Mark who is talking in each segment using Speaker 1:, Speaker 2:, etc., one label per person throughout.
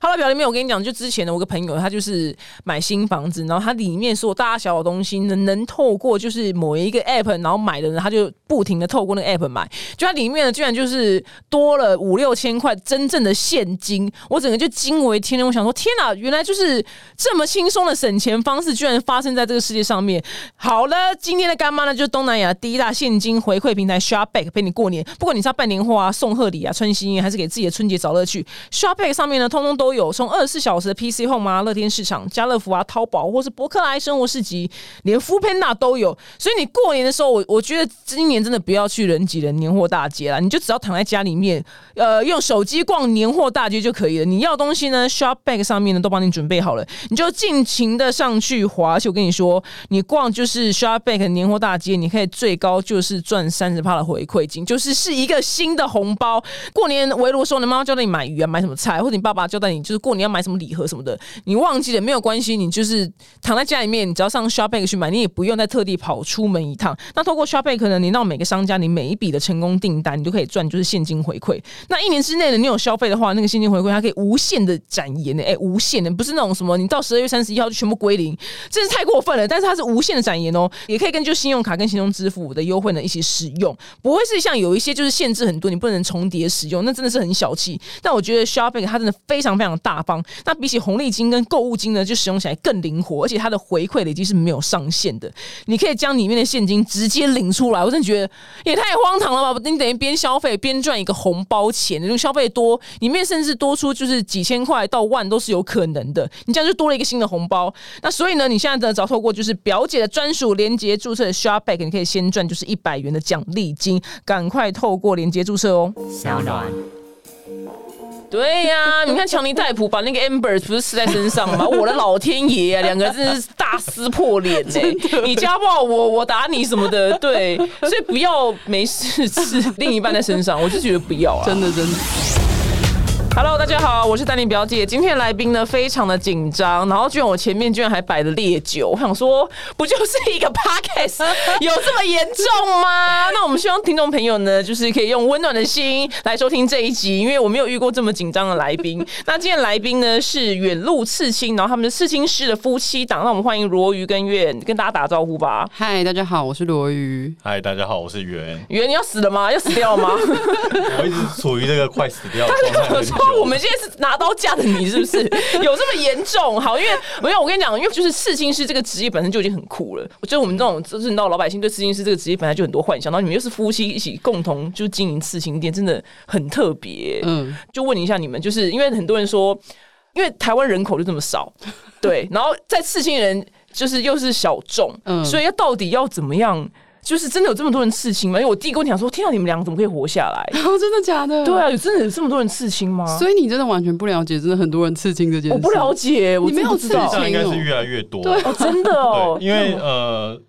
Speaker 1: 他老表里面，我跟你讲，就之前的我一个朋友，他就是买新房子，然后他里面所有大大小小东西能能透过就是某一个 app，然后买的人，他就不停的透过那个 app 买，就它里面呢居然就是多了五六千块真正的现金，我整个就惊为天人。我想说，天哪，原来就是这么轻松的省钱方式，居然发生在这个世界上面。好了，今天的干妈呢，就是东南亚第一大现金回馈平台 Shopback 陪你过年，不管你是要办年货啊、送贺礼啊、穿新衣，还是给自己的春节找乐趣，Shopback 上面呢，通通都有，从二十四小时的 PC Home 啊、乐天市场、家乐福啊、淘宝或是博客来生活市集，连 f o o Panda 都有。所以你过年的时候，我我觉得今年真的不要去人挤人年货大街啦，你就只要躺在家里面，呃，用手机逛年货大街就可以了。你要东西呢，Shopback 上面呢都帮你准备好了，你就尽情的上去滑。而且我跟你说，你逛就是 Shopback 年货大街，你可以最高就是赚三十趴的回馈金，就是是一个新的红包。过年围炉的时候，你妈妈交代你买鱼啊，买什么菜，或者你爸爸交代你就是过年要买什么礼盒什么的，你忘记了没有关系，你就是躺在家里面，你只要上 Shopback 去买，你也不用再特地跑出门一趟。那透过 Shopback 呢，你到每个商家，你每一笔的成功订单，你都可以赚就是现金回馈。那一年之内呢，你有消费的话，那个现金回馈它可以无限的展延的，哎、无限的，不是那种什么你到十二月三十一号就全部归零，真是太过分了。但是它是无限的展延哦，也可以根据信用卡跟行动支付的优惠呢一起使用，不会是像有一些就是限制很多，你不能重叠使用，那真的是很小气。但我觉得 Shopping 它真的非常非常大方，那比起红利金跟购物金呢，就使用起来更灵活，而且它的回馈累积是没有上限的，你可以将里面的现金直接领出来。我真的觉得也太荒唐了吧！你等于边消费边赚一个红包钱，你消费多，里面甚至多出就是几千块到万都是有可能的。你这样就多了一个新的红包。那所以呢，你现在呢，只要透过就是表姐的专属连接注册的 Shopback，你可以先赚就是一百元的奖励金，赶快透过连接注册哦。
Speaker 2: sound on.
Speaker 1: 对呀、你看强尼戴普把那个 Amber 不是撕在身上吗？我的老天爷啊，两个真是大撕破脸呢、你家暴我，我打你什么的，对，所以不要没事吃另一半在身上，我就觉得不要啊。
Speaker 3: 真的真的，
Speaker 1: Hello，大家好，我是丹妮表姐。今天的来宾呢非常的紧张，然后居然我前面居然还摆了烈酒，我想说不就是一个 podcast 有这么严重吗？那我们希望听众朋友呢，就是可以用温暖的心来收听这一集，因为我没有遇过这么紧张的来宾。那今天的来宾呢是远路刺青，然后他们的刺青师的夫妻档，那我们欢迎罗鱼跟月，跟大家打个招呼吧。。
Speaker 3: 嗨，大家好，我是罗鱼。
Speaker 4: 嗨，大家好，我是袁
Speaker 1: 圆，你要死了吗？要死掉吗？
Speaker 4: 我一直处于这个快死掉的状态
Speaker 1: 我
Speaker 4: 很
Speaker 1: 说
Speaker 4: 久。
Speaker 1: 我们现在是拿刀架着你，是不 是？有这么严重？好，因为没有，我跟你讲，因为就是刺青师这个职业本身就已经很酷了。我觉得我们这种就是你知道老百姓对刺青师这个职业本来就很多幻想，然后你们又是夫妻一起共同就经营刺青店，真的很特别。
Speaker 3: 嗯，
Speaker 1: 就问一下你们，就是因为很多人说，因为台湾人口就这么 少，对，然后在刺青人就是又是小众，
Speaker 3: 嗯
Speaker 1: 所以要到底要怎么样？就是真的有这么多人刺青吗？因为我弟跟我讲说，天啊，你们两个怎么可以活下来？
Speaker 3: 哦，真的假 的？
Speaker 1: 对啊，有真的有这么多人刺青吗？
Speaker 3: 所以你真的完全不了解，真的很多人刺青这件事。
Speaker 1: 我不了解，我
Speaker 3: 你没有
Speaker 1: 真的不知道
Speaker 3: 刺
Speaker 4: 这
Speaker 3: 青
Speaker 4: 样应该是越来越多。
Speaker 1: 哦，真的哦
Speaker 4: 对，，因为呃，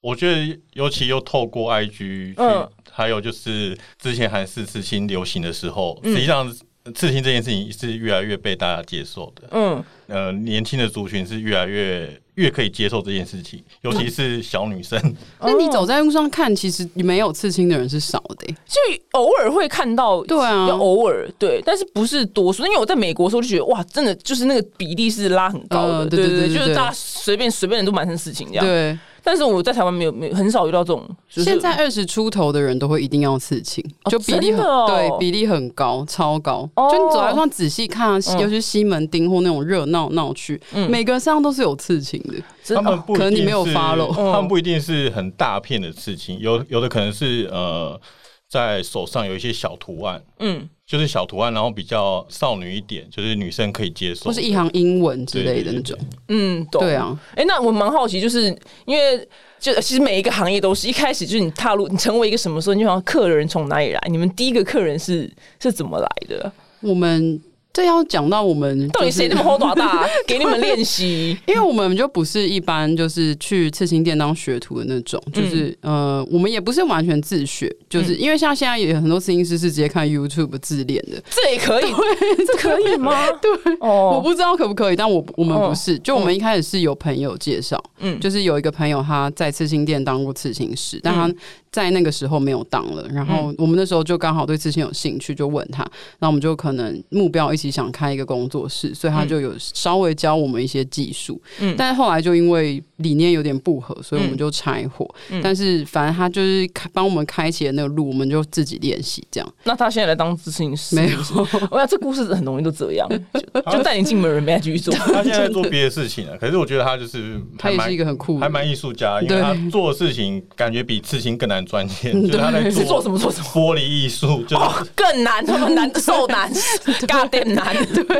Speaker 4: 我觉得尤其又透过 IG 去，
Speaker 1: 嗯
Speaker 4: 还有就是之前韩式刺青流行的时候，
Speaker 1: 嗯
Speaker 4: 实际上刺青这件事情是越来越被大家接受的。
Speaker 1: 嗯，
Speaker 4: 呃，年轻的族群是越来越越可以接受这件事情，尤其是小女生。
Speaker 3: 那
Speaker 1: 嗯
Speaker 3: 你走在路上看，其实没有刺青的人是少的、欸
Speaker 1: 就偶尔会看到，
Speaker 3: 对啊
Speaker 1: 要偶尔对，但是不是多数？因为我在美国的时候就觉得哇，真的就是那个比例是拉很高的，
Speaker 3: 嗯
Speaker 1: 对
Speaker 3: 对对
Speaker 1: 对，
Speaker 3: 对
Speaker 1: 就是
Speaker 3: 对
Speaker 1: 大家随便随便人都蛮成事情这样。
Speaker 3: 对，
Speaker 1: 但是我在台湾没有没有很少遇到这种，就是
Speaker 3: 现在二十出头的人都会一定要刺青，
Speaker 1: 哦
Speaker 3: 就比例
Speaker 1: 真
Speaker 3: 很、
Speaker 1: 的哦
Speaker 3: 对，比例很高，超高。
Speaker 1: 哦嗯
Speaker 3: 就你走在路上仔细看、啊，尤其是西门町或那种热闹闹区，每个上都是有刺青的。
Speaker 1: 真的
Speaker 4: 他们
Speaker 1: 哦
Speaker 4: 不一
Speaker 3: 可能
Speaker 4: 定
Speaker 3: 你没有
Speaker 4: 是
Speaker 3: follow
Speaker 4: 他们不一定是很大片的刺青，有有的可能是呃，在手上有一些小图案，
Speaker 1: 嗯，
Speaker 4: 就是小图案，然后比较少女一点，就是女生可以接受，
Speaker 3: 或是
Speaker 1: 哦
Speaker 3: 一行英文之类的那种，
Speaker 1: 嗯，懂。
Speaker 3: 对啊，
Speaker 1: 哎、那我蛮好奇，就是因为就其实每一个行业都是一开始就是你踏入你成为一个什么时候，你就想客人从哪里来？你们第一个客人是是怎么来的？
Speaker 3: 我们这要讲到我们、
Speaker 1: 到底谁那么厚大 大、给你们练习？
Speaker 3: 因为我们就不是一般就是去刺青店当学徒的那种，就是、呃，我们也不是完全自学，就是、因为像现在也有很多刺青师是直接看 YouTube 自练的，
Speaker 1: 这也可以，这可以吗？对，
Speaker 3: 我
Speaker 1: 哦，
Speaker 3: 不知道可不可以，但我我们
Speaker 1: 哦
Speaker 3: 不是，就我们一开始是有朋友介绍，
Speaker 1: 嗯
Speaker 3: 嗯，就是有一个朋友他在刺青店当过刺青师，
Speaker 1: 嗯
Speaker 3: 但他在那个时候没有当了，然后我们那时候就刚好对刺青有兴趣，就问他，然后我们就可能目标一期想开一个工作室，所以他就有稍微教我们一些技术，
Speaker 1: 嗯
Speaker 3: 但是后来就因为理念有点不合，所以我们就拆伙。
Speaker 1: 嗯
Speaker 3: 但是反正他就是开帮我们开启了那个路，我们就自己练习这样。
Speaker 1: 那他现在来当咨询师，
Speaker 3: 没有，
Speaker 1: 我哦想这故事很容易就这 样，就就带你进门，人没再继续做。
Speaker 4: 他现在在做别的事情啊了，可是我觉得他就是
Speaker 3: 他
Speaker 4: 还
Speaker 3: 也
Speaker 4: 蛮
Speaker 3: 是一个很酷的
Speaker 4: 还蛮艺术家，因为
Speaker 3: 对
Speaker 4: 他做的事情感觉比刺青更难赚钱，就是他在
Speaker 1: 是
Speaker 4: 做
Speaker 1: 做什么做什么？
Speaker 4: 玻璃艺术，就是
Speaker 1: 哦， 更难，他们难受难 ，goddamn 难，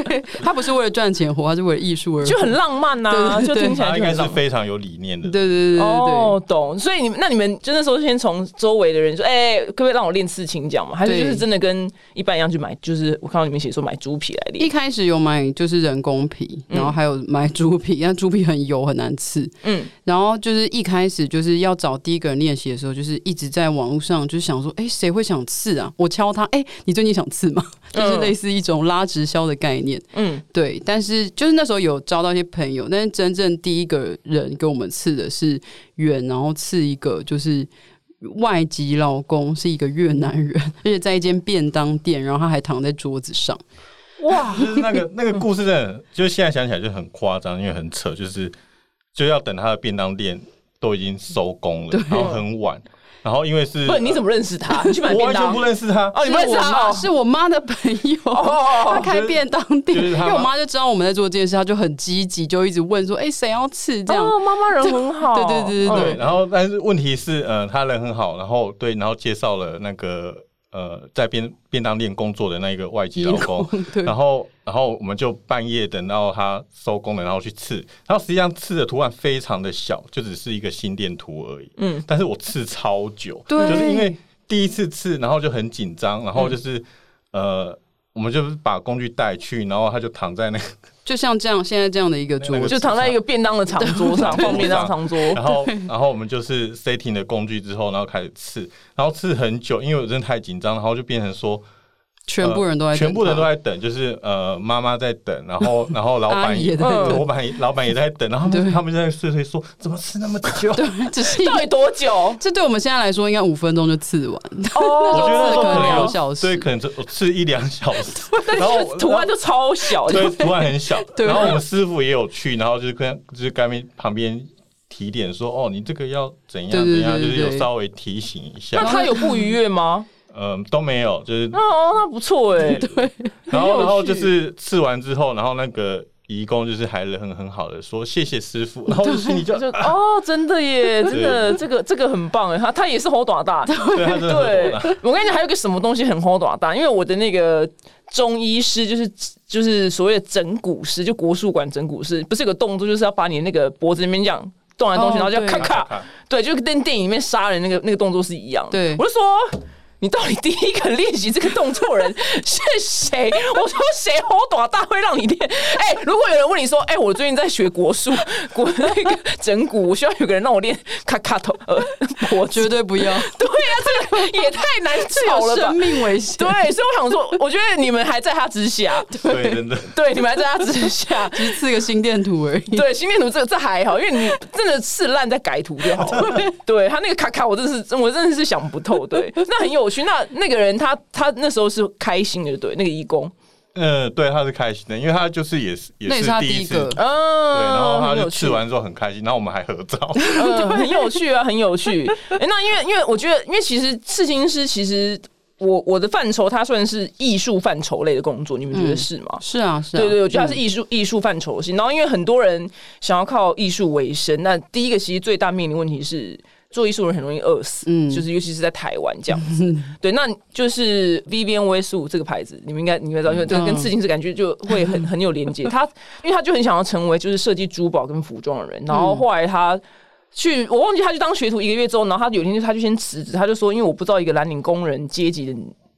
Speaker 3: 对他不是为了赚钱活，他是为了艺术而活。
Speaker 1: 就很浪漫呐、
Speaker 3: 对对
Speaker 1: 就
Speaker 3: 对
Speaker 1: 听起来
Speaker 4: 他
Speaker 1: 就
Speaker 4: 应该
Speaker 1: 很
Speaker 4: 是
Speaker 1: 浪漫。
Speaker 4: 非常有理念的
Speaker 3: 对。对对对对。
Speaker 1: 哦，懂。所以你们那你们就那时候先从周围的人说，哎、可不可以让我练刺青这样嘛？还是
Speaker 3: 对
Speaker 1: 就是真的跟一般一样去买？就是我看到你们写说买猪皮来
Speaker 3: 一
Speaker 1: 练，
Speaker 3: 开始有买就是人工皮，然后还有买猪皮，但猪皮很油很难刺。
Speaker 1: 嗯，
Speaker 3: 然后就是一开始就是要找第一个人练习的时候，就是一直在网络上就是想说，哎、谁会想刺啊？我敲他，哎、你最近想刺吗？ 就是类似一种拉直销的概念。
Speaker 1: 嗯，
Speaker 3: 对，但是就是那时候有招到一些朋友，但是真正第一个人给我们刺的是远，然后刺一个就是。外籍老公是一个越南人， 而且在一间便当店，然后他还躺在桌子上。
Speaker 1: 哇，
Speaker 4: 就是那个那个故事真的很，就是现在想起来就很夸张，因为很扯，就是就要等他的便当店都已经收工了，然后很晚，然后因为是
Speaker 1: 不，你怎么认识他？你去买
Speaker 4: 我
Speaker 1: 便
Speaker 4: 完全
Speaker 1: 当
Speaker 4: 不？认识他，哦
Speaker 1: 哦，你不认识
Speaker 3: 是我
Speaker 1: 他
Speaker 3: 妈，
Speaker 1: 哦？
Speaker 3: 是我妈的朋友， 她开便当店，
Speaker 4: 就是就是
Speaker 3: 因
Speaker 4: 她
Speaker 3: 为我
Speaker 4: 妈
Speaker 3: 妈就知道我们在做这件事，她就很积极，就一直问说：“哎、谁要吃？”这样。
Speaker 1: 哦，妈妈人很好。
Speaker 3: 对对对对
Speaker 4: 对，
Speaker 1: 嗯
Speaker 4: 然后但是问题是，呃，他人很好，然后对，然后介绍了那个呃，在便便当店工作的那一个外籍老公， 然后然后我们就半夜等到他收工了，然后去刺，然后实际上刺的图案非常的小，就只是一个心电图而已，
Speaker 1: 嗯
Speaker 4: 嗯，但是我刺超久，
Speaker 3: 对
Speaker 4: 就是因为第一次刺，然后就很紧张，然后就是、呃。我们就是把工具带去，然后他就躺在那个
Speaker 3: 就像这样，现在这样的一个桌
Speaker 4: 那个
Speaker 3: 子，
Speaker 1: 就躺在一个便当的长桌上，放便当长桌。
Speaker 4: 然后，然后我们就是 setting 的工具之后，然后开始刺，然后刺很久，因为我真的太紧张，然后就变成说，
Speaker 3: 全部人都在
Speaker 4: 呃
Speaker 3: 等她，
Speaker 4: 全部人都在等，就是呃，妈妈在等，然后，然后老
Speaker 3: 阿
Speaker 4: 板
Speaker 3: 姨也在
Speaker 1: 等
Speaker 4: 嗯老板也老板也在等，然后他
Speaker 3: 对
Speaker 4: 们他们就在碎碎说，怎么吃那么久？
Speaker 3: 对，只是一
Speaker 1: 到底
Speaker 3: 个。
Speaker 1: 多久？
Speaker 3: 这对我们现在来说，应该五分钟就刺完。
Speaker 1: 哦
Speaker 4: 我觉得那时候
Speaker 3: 可
Speaker 4: 可
Speaker 3: 能
Speaker 4: 能
Speaker 3: 两
Speaker 4: 有
Speaker 3: 小时
Speaker 4: 对，可能就我刺一两小 时，
Speaker 1: 但
Speaker 4: 然后
Speaker 1: 是图案就超小，
Speaker 4: 对，图案很小。
Speaker 3: 对
Speaker 4: 然后我们师傅也有去，然后就是跟就是干面旁边提点说，哦，你这个要怎样
Speaker 3: 对对
Speaker 4: 怎样，
Speaker 3: 对
Speaker 4: 就
Speaker 3: 对
Speaker 4: 是有
Speaker 3: 对
Speaker 4: 稍微提醒一下
Speaker 1: 那。他有不愉悦吗？
Speaker 4: 嗯，都没有，就是
Speaker 1: 哦，那不错 哎，
Speaker 4: 然
Speaker 1: 很有
Speaker 4: 后，然后
Speaker 1: 趣
Speaker 4: 就是刺完之后，然后那个义工就是还人很很好的说谢谢师傅，然后我心里就
Speaker 1: 就哦，真的耶，真的，这个这个很棒哎，他他也是吼短大，
Speaker 4: 对他真的很
Speaker 1: 对
Speaker 4: 多啦，
Speaker 1: 我跟你讲，还有一个什么东西很吼短大，因为我的那个中医师就是就是所谓的整骨师，就国术馆整骨师，不是有个动作，就是要把你那个脖子那边这样动来动去，
Speaker 3: 哦
Speaker 1: 然后就
Speaker 3: 对
Speaker 1: 咔
Speaker 4: 咔
Speaker 1: 咔，
Speaker 4: 咔
Speaker 1: 对，就跟电影里面杀人那个那个动作是一样的。
Speaker 3: 对
Speaker 1: 我就说。你到底第一个练习这个动作人是谁？我说谁吼短大会让你练？哎、如果有人问你说，哎、我最近在学国术，国那个整骨，我需要有个人让我练咔咔头呃脖子。
Speaker 3: 绝对不 要，
Speaker 1: 对呀、这个也太难
Speaker 3: 这
Speaker 1: 找
Speaker 3: 有
Speaker 1: 了吧
Speaker 3: 生？命危险。
Speaker 1: 对，所以我想说，我觉得你们还在他之下，
Speaker 4: 对，真的。
Speaker 1: 对，你们还在他之 下。
Speaker 3: 只是刺个心电图而已。
Speaker 1: 对，心电图这这还好，因为你真的是烂再改图就好了。对他那个卡卡，我真的是我真的是想不透。 对，那很有趣。那那个人他他那时候是开心的，对，那个义工，
Speaker 4: 嗯，对，他是开心的，因为他就是也是也
Speaker 3: 那也是
Speaker 4: 是
Speaker 3: 他
Speaker 4: 第
Speaker 3: 第一
Speaker 4: 次，
Speaker 3: 个
Speaker 4: 对，
Speaker 1: 嗯、
Speaker 4: 然后他
Speaker 1: 很
Speaker 4: 就
Speaker 1: 有趣
Speaker 4: 吃完之后很开心，然后我们还合照，
Speaker 1: 嗯，很有趣啊，很有趣。 诶那因为因为我觉得，因为其实刺青师其实我我的范畴，它算是艺术范畴类的工作，你们觉得是吗？
Speaker 3: 是啊，是啊。
Speaker 1: 对对，我觉得它是
Speaker 3: 嗯
Speaker 1: 艺术艺术范畴性。然后因为很多人想要靠艺术为生，那第一个其实最大面临问题是。做艺术的人很容易饿死，
Speaker 3: 嗯
Speaker 1: 就是尤其是在台湾这样子， 对，那就是 Vivian w e s t 这个牌子，你们应该你们知道，因为这个跟刺青是感觉就会很很有连接。他因为他就很想要成为就是设计珠宝跟服装的人，然后后来他去，我忘记他去当学徒一个月之后，然后他有一天就他就先辞职，他就说，因为我不知道一个蓝领工人阶级的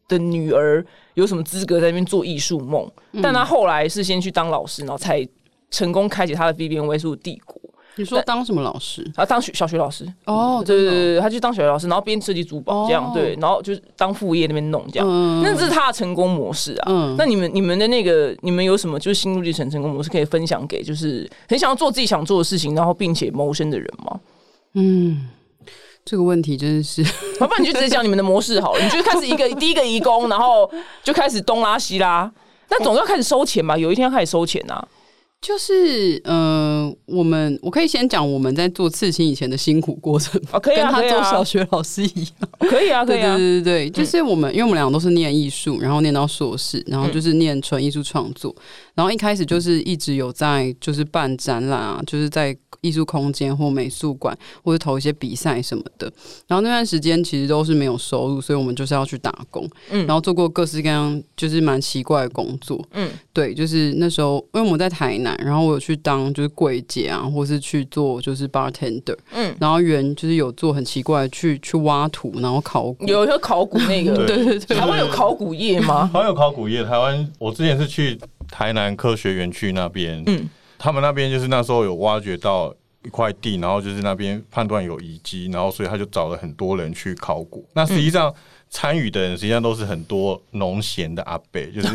Speaker 1: 的女儿有什么资格在那边做艺术梦，但他后来是先去当老师，然后才成功开启他的 B B N 微数帝国，
Speaker 3: 你说当什么老师？
Speaker 1: 然后当学小学老师，
Speaker 3: 哦，
Speaker 1: 对对
Speaker 3: 真的哦
Speaker 1: 对，对他去当小学老师，然后边设计珠宝
Speaker 3: 哦
Speaker 1: 这样，对，然后就是当副业那边弄这样，
Speaker 3: 嗯
Speaker 1: 那这是他的成功模式啊。
Speaker 3: 嗯
Speaker 1: 那你们你们的那个你们有什么就是心路历程成功模式可以分享给就是很想要做自己想做的事情，然后并且谋生的人吗？
Speaker 3: 嗯，这个问题真的是
Speaker 1: 要不然你就直接讲你们的模式好了，你就开始一个第一个移工，然后就开始东拉西拉，但总要开始收钱吧，有一天要开始收钱呐、
Speaker 3: 就是嗯、呃我们我可以先讲我们在做刺青以前的辛苦过程吗，
Speaker 1: 哦可以啊
Speaker 3: 跟他
Speaker 1: 可以
Speaker 3: 做
Speaker 1: 啊
Speaker 3: 小学老师一样。
Speaker 1: 可以啊，可
Speaker 3: 对
Speaker 1: 以
Speaker 3: 对
Speaker 1: 啊，
Speaker 3: 对对对，就是我们，因为我们两个都是念艺术，然后念到硕士，然后
Speaker 1: 嗯
Speaker 3: 就是念纯艺术创作，然后一开始就是一直有在就是办展览啊，就是在艺术空间或美术馆，或者投一些比赛什么的。然后那段时间其实都是没有收入，所以我们就是要去打工，
Speaker 1: 嗯
Speaker 3: 然后做过各式各样就是蛮奇怪的工作，
Speaker 1: 嗯，
Speaker 3: 对，就是那时候因为我们在台南，然后我有去当就是柜姐啊，或是去做就是 bartender，
Speaker 1: 嗯，
Speaker 3: 然后原就是有做很奇怪的去去挖土，然后考古，
Speaker 1: 有一个考古那个，
Speaker 4: 对对对
Speaker 1: 台湾有考古业吗？
Speaker 4: 台湾有考古业，台湾我之前是去台南科学园区那边，
Speaker 1: 嗯
Speaker 4: 他们那边就是那时候有挖掘到一块地，然后就是那边判断有遗迹，然后所以他就找了很多人去考古。那实际上参与的人实际上都是很多农闲的阿 伯，就是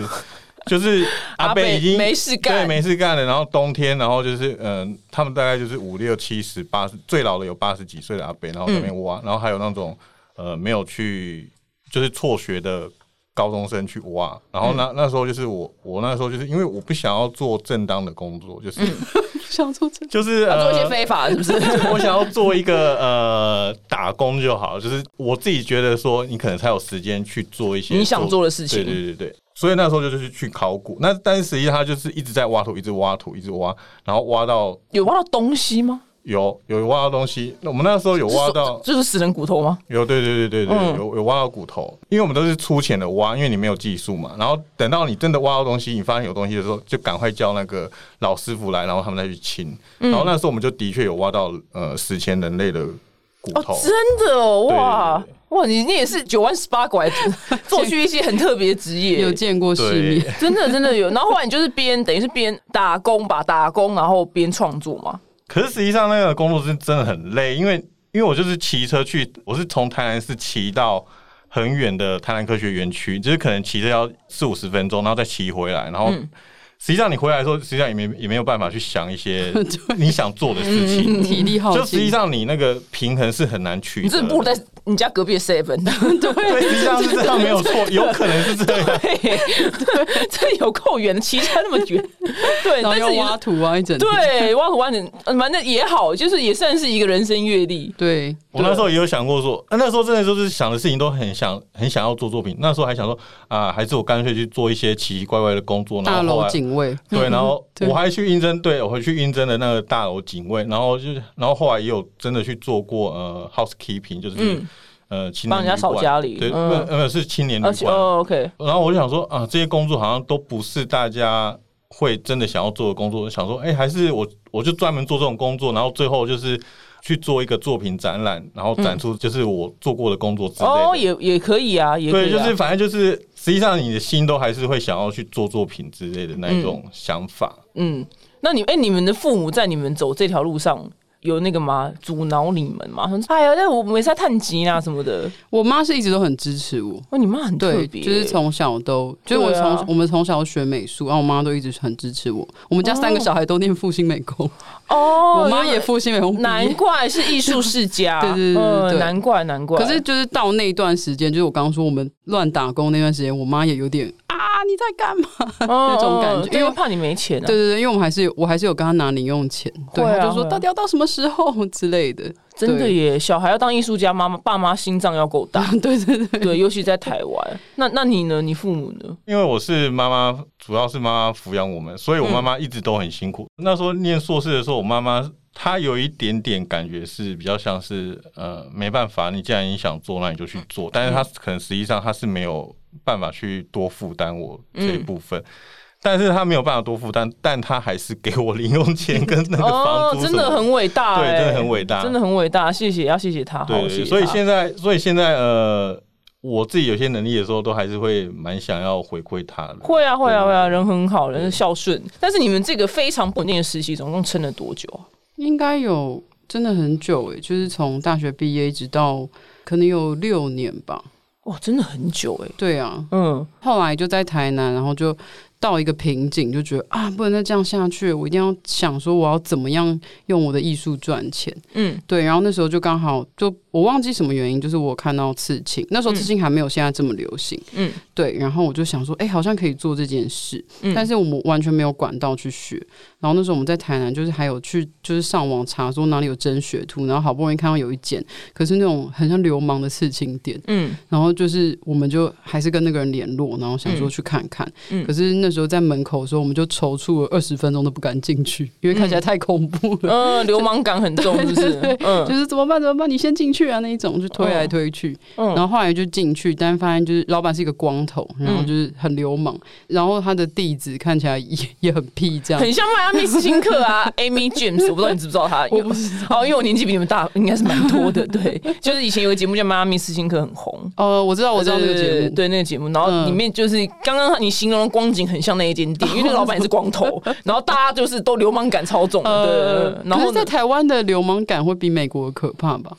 Speaker 4: 就是
Speaker 1: 阿
Speaker 4: 阿
Speaker 1: 伯
Speaker 4: 伯已经
Speaker 1: 没事干
Speaker 4: 对，没事干了。然后冬天，然后就是嗯、他们大概就是五六七十八十，最老的有八十几岁的阿伯，然后在那边
Speaker 1: 嗯
Speaker 4: 挖，然后还有那种呃没有去就是辍学的高中生去挖，然后那、
Speaker 1: 嗯
Speaker 4: 那时候就是我，我那时候就是因为我不想要做正当的工作，就是、
Speaker 3: 想做这
Speaker 4: 就是
Speaker 1: 要嗯做一些
Speaker 4: 呃，
Speaker 1: 非法的，是不是？
Speaker 4: 我想要做一个呃打工就好，就是我自己觉得说你可能才有时间去做一些
Speaker 1: 你想做的事
Speaker 4: 对
Speaker 1: 情，
Speaker 4: 对对对，所以那时候就是去考古，那但是实际上他就是一直在挖土，一直挖土，一直挖，然后挖到
Speaker 1: 有挖到东西吗？
Speaker 4: 有有挖到东西，那我们那时候有挖到。
Speaker 1: 就是死人骨头吗？
Speaker 4: 有，对对对对对，
Speaker 1: 嗯
Speaker 4: 有有挖到骨头，因为我们都是粗浅的挖，因为你没有技术嘛。然后等到你真的挖到东西，你发现有东西的时候，就赶快叫那个老师傅来，然后他们再去清。
Speaker 1: 嗯
Speaker 4: 然后那时候我们就的确有挖到呃史前人类的骨
Speaker 1: 哦
Speaker 4: 头，，
Speaker 1: 真的哦，哇
Speaker 4: 对对
Speaker 1: 哇，你你也是九弯十八拐做去一些很特别的职业，
Speaker 3: 有见过世
Speaker 4: 对
Speaker 3: 面，
Speaker 1: 真的真的有。然后后来你就是边等于是边打工吧，打工然后边创作嘛。
Speaker 4: 可是实际上那个工作是真的很累，因为因为我就是骑车去，我是从台南市骑到很远的台南科学园区，就是可能骑车要四五十分钟，然后再骑回来，然后。
Speaker 1: 嗯
Speaker 4: 实际上，你回来的时候，实际上也没也没有办法去 想一些你想做的事
Speaker 1: 嗯
Speaker 4: 情，
Speaker 3: 体力耗
Speaker 4: 就实际
Speaker 3: 尽。
Speaker 4: 上你那个平衡是很难取
Speaker 1: 你
Speaker 4: 得
Speaker 1: 这
Speaker 4: 的。
Speaker 1: 不如在你家隔壁的 seven，
Speaker 4: 对，实际上是这样没有错，有可能是这样。
Speaker 1: 对，这有够远，骑车那么远，对，
Speaker 3: 然
Speaker 1: 但
Speaker 3: 后
Speaker 1: 是
Speaker 3: 要
Speaker 1: 也
Speaker 3: 挖土挖一整天，
Speaker 1: 对挖土挖点，呃反正也好，就是也算是一个人生阅历。
Speaker 3: 对
Speaker 4: 我那时候也有想过说，啊、那时候真的就是想的事情都很想很想要做作品。那时候还想说啊，还是我干脆去做一些奇奇怪怪的工作，然
Speaker 3: 大
Speaker 4: 后后
Speaker 3: 楼
Speaker 4: 来
Speaker 3: 警卫，
Speaker 4: 对，然后
Speaker 3: 对
Speaker 4: 我还去应征，对我还去应征了那个大楼警卫，然后就是，然后后来也有真的去做过呃 housekeeping，就是、
Speaker 1: 嗯
Speaker 4: 呃青年
Speaker 1: 帮人家
Speaker 4: 旅
Speaker 1: 扫
Speaker 4: 馆
Speaker 1: 家里
Speaker 4: 对，
Speaker 1: 嗯
Speaker 4: 呃、呃是青年旅
Speaker 1: 而且
Speaker 4: 馆。
Speaker 1: 哦，OK，
Speaker 4: 然后我就想说啊，这些工作好像都不是大家会真的想要做的工作，我想说，哎、还是我我就专门做这种工作，然后最后就是去做一个作品展览，然后展出就是我做过的工作之类的。
Speaker 1: 哦，也也可以啊，也可
Speaker 4: 对，
Speaker 1: 以、啊，
Speaker 4: 就是反正就是，实际上你的心都还是会想要去做作品之类的那一种想法。
Speaker 1: 嗯，那你哎、你们的父母在你们走这条路上有那个吗？阻挠你们吗？说哎呀，那我没在探集啊什么的。
Speaker 3: 我妈是一直都很支持我。
Speaker 1: 哦，你妈很特
Speaker 3: 对，
Speaker 1: 别、
Speaker 3: 就是从小都，就是我
Speaker 1: 对
Speaker 3: 从、
Speaker 1: 啊
Speaker 3: 我们从小学美术，然后我妈都一直很支持我。我们家三个小孩都念复兴美工，
Speaker 1: 哦，
Speaker 3: 我妈
Speaker 1: 原
Speaker 3: 也
Speaker 1: 来
Speaker 3: 复兴美工毕业
Speaker 1: 难怪是艺术世家，
Speaker 3: 对对对对
Speaker 1: 嗯
Speaker 3: 对
Speaker 1: 难怪难怪。
Speaker 3: 可是就是到那一段时间，就是我刚刚说我们乱打工那段时间，我妈也有点啊，你在干 嘛？
Speaker 1: 那
Speaker 3: 种感觉
Speaker 1: 哦因
Speaker 3: 因
Speaker 1: 为
Speaker 3: 为
Speaker 1: 怕你没钱啊。
Speaker 3: 对对对，因为我们还是有我还是有跟她拿零用钱，对，
Speaker 1: 会啊
Speaker 3: 她就说
Speaker 1: 会啊
Speaker 3: 到底要到什么时候之类的，
Speaker 1: 真的
Speaker 3: 对
Speaker 1: 耶，小孩要当艺术家，妈妈爸妈心脏要够 大。
Speaker 3: 对对对，
Speaker 1: 对，尤其在台湾。那那你呢？你父母呢？
Speaker 4: 因为我是妈妈，主要是妈妈抚养我们，所以我
Speaker 1: 嗯
Speaker 4: 妈妈一直都很辛苦。那时候念硕士的时候，我妈妈她有一点点感觉是比较像是呃，没办法，你既然你想做，那你就去做。但是她可能实际上她是没有办法去多负担我这一
Speaker 1: 嗯
Speaker 4: 部分。但是她没有办法多负担，但她还是给我零用钱跟那个房
Speaker 1: 哦，
Speaker 4: 租什
Speaker 1: 真
Speaker 4: 么
Speaker 1: 的很伟大、
Speaker 4: 对
Speaker 1: 哎
Speaker 4: 真的很伟大
Speaker 1: 真的很伟大。谢谢，要谢谢他，好，啊
Speaker 4: 对
Speaker 1: 谢谢他。
Speaker 4: 对，所以现在，所以现在，呃，我自己有些能力的时候，都还是会蛮想要回馈他的。
Speaker 1: 会啊，会啊，
Speaker 4: 对
Speaker 1: 会啊，人很好，人很孝顺。但是你们这个非常不稳定的实习，总共撑了多久啊？
Speaker 3: 应该有真的很久诶、就是从大学毕业一直到可能有六年吧，
Speaker 1: 哇，真的很久哎、
Speaker 3: 对啊，
Speaker 1: 嗯，
Speaker 3: 后来就在台南，然后就到一个瓶颈，就觉得啊，不能再这样下去，我一定要想说我要怎么样用我的艺术赚钱。
Speaker 1: 嗯，
Speaker 3: 对，然后那时候就刚好就我忘记什么原因，就是我看到刺青，那时候刺青还没有现在这么流行，
Speaker 1: 嗯，
Speaker 3: 对，然后我就想说，哎、好像可以做这件事，
Speaker 1: 嗯
Speaker 3: 但是我们完全没有管道去学。然后那时候我们在台南，就是还有去就是上网查说哪里有真学徒，然后好不容易看到有一间，可是那种很像流氓的刺青店，
Speaker 1: 嗯
Speaker 3: 然后就是我们就还是跟那个人联络，然后想说
Speaker 1: 嗯
Speaker 3: 去看看。
Speaker 1: 嗯
Speaker 3: 可是那时候在门口的时候，我们就踌躇了二十分钟都不敢进去，因为看起
Speaker 1: 嗯
Speaker 3: 来太恐怖了。
Speaker 1: 呃，流氓感很重，是不是？ 嗯
Speaker 3: 就是怎么办？怎么办？你先进去啊！那一种就推来
Speaker 1: 嗯
Speaker 3: 推去，然
Speaker 1: 嗯
Speaker 3: 后后来就进去，但发现就是老板是一个光头，然后就是很流氓，然后他的弟子看起来也也很屁，这样
Speaker 1: 很像迈阿密斯金克啊，Amy James，我不知道你知不知道她。
Speaker 3: 我不
Speaker 1: 知道，哦，因为我年纪比你们大，应该是蛮多的。对，就是以前有个节目叫《迈阿密斯金克》，很红。
Speaker 3: 呃，我知道，我知道那个节
Speaker 1: 对
Speaker 3: 目，
Speaker 1: 对那个节目，然后里面就是刚刚你形容的光景很像那一间店，因为那个老板也是光头，然后大家就是都流氓感超重的，对对对然
Speaker 3: 呃可
Speaker 1: 后
Speaker 3: 是在
Speaker 1: 呢，
Speaker 3: 台湾的流氓感会比美国可怕吧？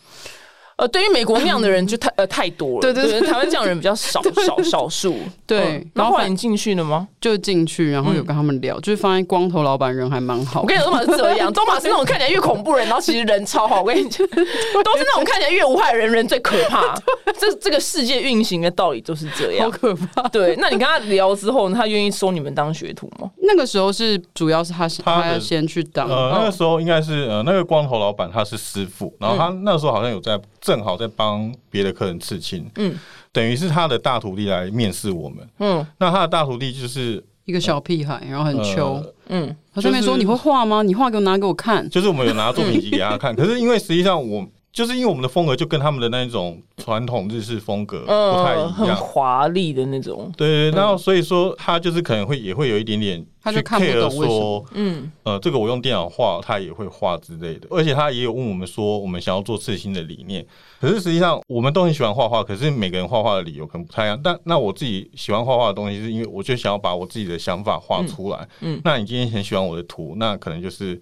Speaker 1: 呃，对于美国那样的人就太呃太多了，
Speaker 3: 对对对
Speaker 1: 台湾这样的人比较 少少少数，
Speaker 3: 对
Speaker 1: 嗯
Speaker 3: 然
Speaker 1: 然后
Speaker 3: 后
Speaker 1: 后来
Speaker 3: 反
Speaker 1: 你进去了吗？
Speaker 3: 就进去，然后有跟他们聊，就是发现光头老板人还蛮
Speaker 1: 嗯
Speaker 3: 好
Speaker 1: 我。跟你说，马是这 样，周马是那种看起来越恐怖人，然后其实人超好。我跟你讲， 都是那种看起来越无害的人，人最可怕。这这个世界运行的道理都是这
Speaker 3: 好
Speaker 1: 样。
Speaker 3: 可怕！
Speaker 1: 对，那你跟他聊之后，他愿意收你们当学徒吗？
Speaker 3: 那个时候是主要是他是
Speaker 4: 他的
Speaker 3: 他先去当，
Speaker 1: 哦
Speaker 4: 呃，那个时候应该是呃，那个光头老板他是师
Speaker 1: 嗯
Speaker 4: 傅，然后他那时候好像有在正好在帮别的客人刺青，
Speaker 1: 嗯，
Speaker 4: 等于是他的大徒弟来面试我们。
Speaker 1: 嗯
Speaker 4: 那他的大徒弟就是
Speaker 3: 一个小屁孩，然后很穷、
Speaker 4: 呃
Speaker 1: 嗯
Speaker 3: 他顺便说：“
Speaker 4: 就是
Speaker 3: 你会画吗？你画给我拿给我看。
Speaker 4: 就是我们有拿作品集给他看，可是因为实际上我就是因为我们的风格就跟他们的那种传统日式风格不 太
Speaker 1: 嗯，
Speaker 4: 一
Speaker 1: 很
Speaker 4: 样。
Speaker 1: 华丽的那种。
Speaker 4: 对对，对然后所以说他就是可能会也会有一点点
Speaker 3: 嗯他就
Speaker 4: 去
Speaker 3: 看不懂
Speaker 4: care
Speaker 3: 为什
Speaker 4: 说
Speaker 3: 么，
Speaker 1: 嗯
Speaker 4: 呃，这个我用电脑画，他也会画之类的，而且他也有问我们说我们想要做刺青的理念，可是实际上我们都很喜欢画画，可是每个人画画的理由可能不太一样。但那我自己喜欢画画的东西，是因为我就想要把我自己的想法画出来。
Speaker 1: 嗯嗯
Speaker 4: 那你今天很喜欢我的图，那可能就是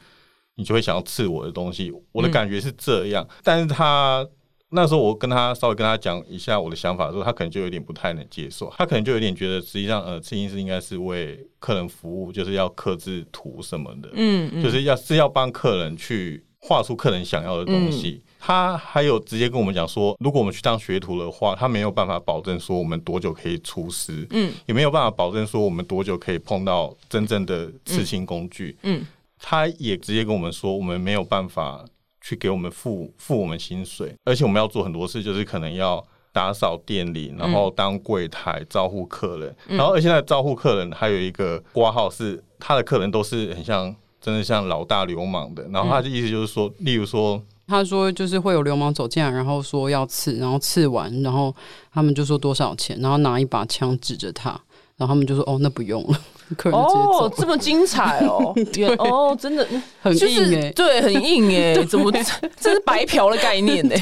Speaker 4: 你就会想要刺我的东西。我的感觉是这样，但是他。那时候我跟他稍微跟他讲一下我的想法的时候，他可能就有点不太能接受，他可能就有点觉得实际上呃，刺青师应该是为客人服务，就是要刻制图什么的。
Speaker 1: 嗯嗯，
Speaker 4: 就是要是要帮客人去画出客人想要的东
Speaker 1: 嗯
Speaker 4: 西。他还有直接跟我们讲说，如果我们去当学徒的话，他没有办法保证说我们多久可以出师，
Speaker 1: 嗯，
Speaker 4: 也没有办法保证说我们多久可以碰到真正的刺青工具，
Speaker 1: 嗯
Speaker 4: 他也直接跟我们说，我们没有办法去给我们付付我们薪水，而且我们要做很多事，就是可能要打扫店里，然后当柜台招呼客人，
Speaker 1: 嗯
Speaker 4: 然后而且在招呼客人还有一个挂号是他的客人都是很像真的像老大流氓的，然后他的意思就是说，例如说
Speaker 3: 他说就是会有流氓走进来，然后说要刺，然后刺完，然后他们就说多少钱，然后拿一把枪指着他，然后他们就说哦那不用了， 客人就直接走
Speaker 1: 哦
Speaker 3: 了，，
Speaker 1: 这么精彩 哦，原哦，真的
Speaker 3: 很
Speaker 1: 就
Speaker 3: 硬哎、
Speaker 1: 是对，很硬 哎、怎么这是白嫖的概念呢、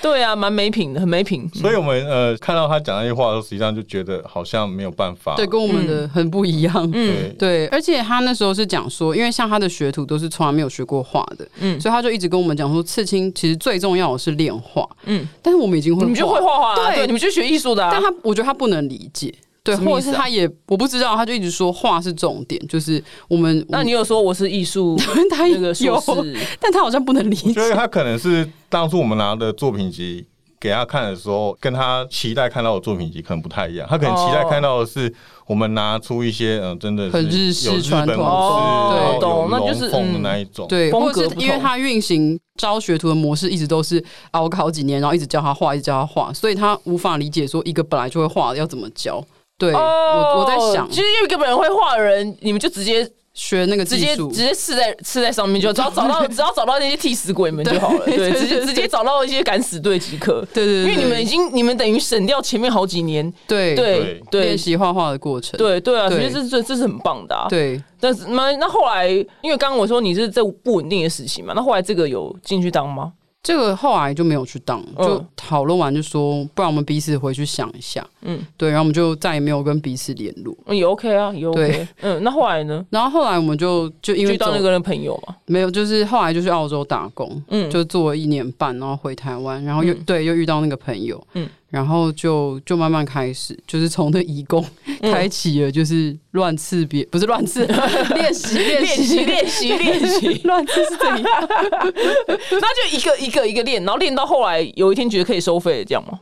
Speaker 1: 对啊，蛮没品的，很没品。
Speaker 4: 所以我们呃看到他讲那些话的时候，实际上就觉得好像没有办法，
Speaker 3: 对，跟我们
Speaker 1: 嗯
Speaker 3: 的很不一样。
Speaker 4: 对，
Speaker 3: 对，而且他那时候是讲说，因为像他的学徒都是从来没有学过画的，
Speaker 1: 嗯
Speaker 3: 所以他就一直跟我们讲说，刺青其实最重要的是练画，
Speaker 1: 嗯，
Speaker 3: 但是我们已经会
Speaker 1: 你们就会画画、啊，
Speaker 3: 对
Speaker 1: 对，你们就学艺术的、啊。
Speaker 3: 但他我觉得他不能理解，对，
Speaker 1: 什么意思啊
Speaker 3: 或者是他也我不知道，他就一直说画是重点，就是我们
Speaker 1: 那你有说我是艺术
Speaker 3: 他
Speaker 1: 那个
Speaker 3: 有，
Speaker 1: 硕士？
Speaker 3: 但他好像不能理
Speaker 4: 我觉得
Speaker 3: 解。
Speaker 4: 他可能是当初我们拿的作品集给他看的时候，跟他期待看到的作品集可能不太一样。他可能期待看到的是我们拿出一些嗯、呃真的是
Speaker 3: 很日式
Speaker 4: 有日
Speaker 3: 传
Speaker 4: 本
Speaker 3: 统
Speaker 4: 武士，
Speaker 1: 哦
Speaker 4: 然后有
Speaker 1: 懂那就是
Speaker 4: 龙凤的
Speaker 1: 嗯
Speaker 4: 那一种。
Speaker 3: 对，
Speaker 1: 风格
Speaker 3: 或者是
Speaker 1: 不同
Speaker 3: 因为他运行招学徒的模式一直都是熬个好几年，然后一直教他画，一直教他画，所以他无法理解说一个本来就会画的要怎么教。对，我我在想
Speaker 1: 哦其实有一个本人会画的人，你们就直接
Speaker 3: 学那个
Speaker 1: 直
Speaker 3: 技
Speaker 1: 接
Speaker 3: 术
Speaker 1: 直，接刺在刺在上面就好，只要找到只要找到那些替死鬼们就好了，对，直接直接找到一些敢死队即可。
Speaker 3: 对对对
Speaker 1: 因
Speaker 3: 对
Speaker 1: 为你们已经你们等于省掉前面好几年，
Speaker 3: 对
Speaker 1: 对对
Speaker 3: 练习画画的过程，
Speaker 1: 对对啊，所
Speaker 3: 对
Speaker 1: 以这这这是很棒的啊。
Speaker 3: 对
Speaker 1: 但是那那后来，因为刚刚我说你是这不稳定的事情嘛，那后来这个有进去当吗？
Speaker 3: 这个后来就没有去当，
Speaker 1: 嗯
Speaker 3: 就讨论完就说，不然我们彼此回去想一下。
Speaker 1: 嗯
Speaker 3: 对，然后我们就再也没有跟彼此联络。
Speaker 1: 嗯也 OK 啊，也 OK
Speaker 3: 对。
Speaker 1: 嗯，那后来呢？
Speaker 3: 然后后来我们就就因
Speaker 1: 就
Speaker 3: 为
Speaker 1: 当
Speaker 3: 走
Speaker 1: 那个人朋友嘛。
Speaker 3: 没有，就是后来就去澳洲打工，
Speaker 1: 嗯
Speaker 3: 就做了一年半，然后回台湾，然后又、
Speaker 1: 嗯
Speaker 3: 对又遇到那个朋友，
Speaker 1: 嗯
Speaker 3: 然后就就慢慢开始，就是从那义工
Speaker 1: 嗯
Speaker 3: 开启了，就是乱刺别，不是乱刺，练习 练
Speaker 1: 练习
Speaker 3: 习，
Speaker 1: 练习练习
Speaker 3: 乱刺是怎样？
Speaker 1: 那就一个一个一个练，然后练到后来有一天觉得可以收费，这样吗？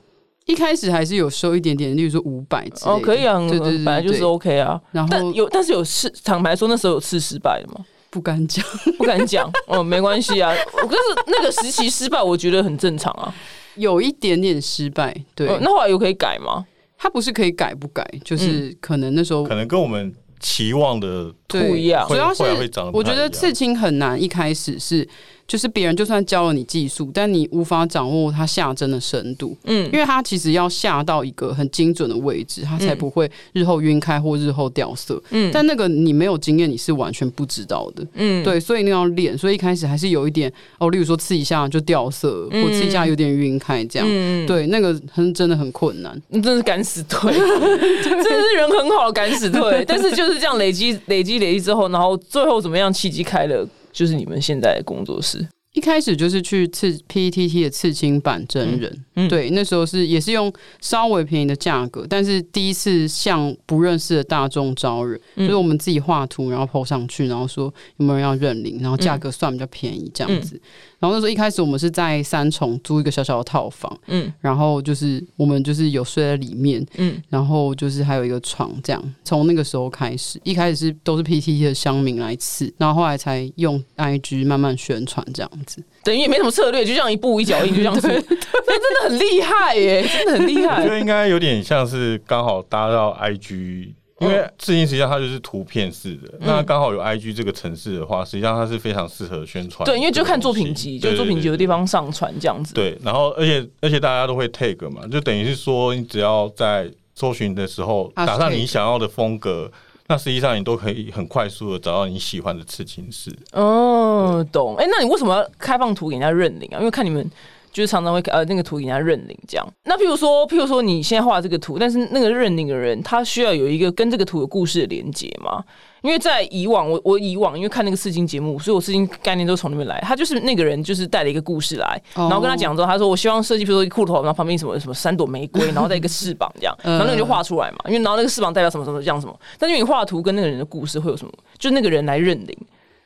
Speaker 3: 一开始还是有收一点点，例如说五百之类的
Speaker 1: 哦，可以啊，
Speaker 3: 对对对，
Speaker 1: 本来就是是 OK 啊。
Speaker 3: 然
Speaker 1: 但
Speaker 3: 后
Speaker 1: 有，但是有试，坦白说，那时候有试失败的吗？
Speaker 3: 不敢讲，
Speaker 1: 不敢 讲，哦，没关系啊。可是那个时期失败，我觉得很正常啊。
Speaker 3: 有一点点失败。对，
Speaker 1: 嗯那后来有可以改吗？
Speaker 3: 它不是可以改不改，就是
Speaker 1: 嗯
Speaker 3: 可能那时候
Speaker 4: 可能跟我们期望的
Speaker 3: 对
Speaker 1: 不一样
Speaker 4: 会
Speaker 3: 主要是
Speaker 4: 后来会长得不
Speaker 3: 我
Speaker 4: 太
Speaker 3: 觉得
Speaker 4: 一样
Speaker 3: 刺青很难，一开始是就是别人就算教了你技术，但你无法掌握它下针的深度，
Speaker 1: 嗯
Speaker 3: 因为它其实要下到一个很精准的位置，它才不会日后晕开或日后掉色。
Speaker 1: 嗯
Speaker 3: 但那个你没有经验，你是完全不知道的。
Speaker 1: 嗯，
Speaker 3: 对，所以那要练，所以一开始还是有一点哦，例如说刺一下就掉色，
Speaker 4: 嗯
Speaker 3: 或刺一下有点晕开这样，
Speaker 1: 嗯，
Speaker 3: 对，那个很真的很困难。
Speaker 1: 你真是敢死队， 真的是人很好的敢死队。但是就是这样累积、累积、累积之后，然后最后怎么样契机开了，就是你们现在的工作室。
Speaker 3: 一开始就是去刺 PTT 的刺青版真人，
Speaker 1: 嗯嗯
Speaker 3: 对，那时候是也是用稍微便宜的价格，但是第一次向不认识的大众招人，
Speaker 1: 嗯
Speaker 3: 就是我们自己画图，然后 PO 上去，然后说有没有人要认领，然后
Speaker 1: 嗯
Speaker 3: 价格算比较便宜这样子。然后那时候一开始我们是在三重租一个小小的套房，
Speaker 1: 嗯
Speaker 3: 然后就是我们就是有睡在里面，
Speaker 1: 嗯，
Speaker 3: 然后就是还有一个床这样。从那个时候开始，一开始是都是 PTT 的乡民来刺，然后后来才用 IG 慢慢宣传这样子。
Speaker 1: 等于也没什么策略，就这样一步一脚印就这样做， 但真的很厉害耶，真的很厉
Speaker 4: 我觉得
Speaker 1: 害。
Speaker 4: 应该有点像是刚好搭到 IG，
Speaker 1: 嗯
Speaker 4: 因为刺青实际上它就是图片式的，那刚好有 IG 这个城市的话，实际上它是非常适合宣传这个东西。
Speaker 1: 对，因为就看作品集，就
Speaker 4: 对
Speaker 1: 作品集有
Speaker 4: 对
Speaker 1: 地
Speaker 4: 对
Speaker 1: 方上传这样子。
Speaker 4: 对，然后而且而且大家都会 tag 嘛，就等于是说你只要在搜寻的时候
Speaker 3: Hashtag
Speaker 4: 打上你想要的风格，那实际上你都可以很快速的找到你喜欢的刺青师。
Speaker 1: 哦，懂。哎、那你为什么要开放图给人家认领啊？因为看你们就是常常会呃那个图给人家认领这样。那譬如说，譬如说你现在画这个图，但是那个认领的人他需要有一个跟这个图有故事的连接吗？因为在以往，我我以往因为看那个刺青节目，所以我刺青概念都从那边来。他就是那个人，就是带了一个故事来，然
Speaker 3: 哦
Speaker 1: 后跟他讲之后，他说我希望设计，比如说一个裤头，然后旁边什么什么三朵玫瑰，然后再一个翅膀这样，然后那个就画出来嘛。因为然后那个翅膀代表什么什么这样什么，但是因为你画图跟那个人的故事会有什么？就那个人来认领。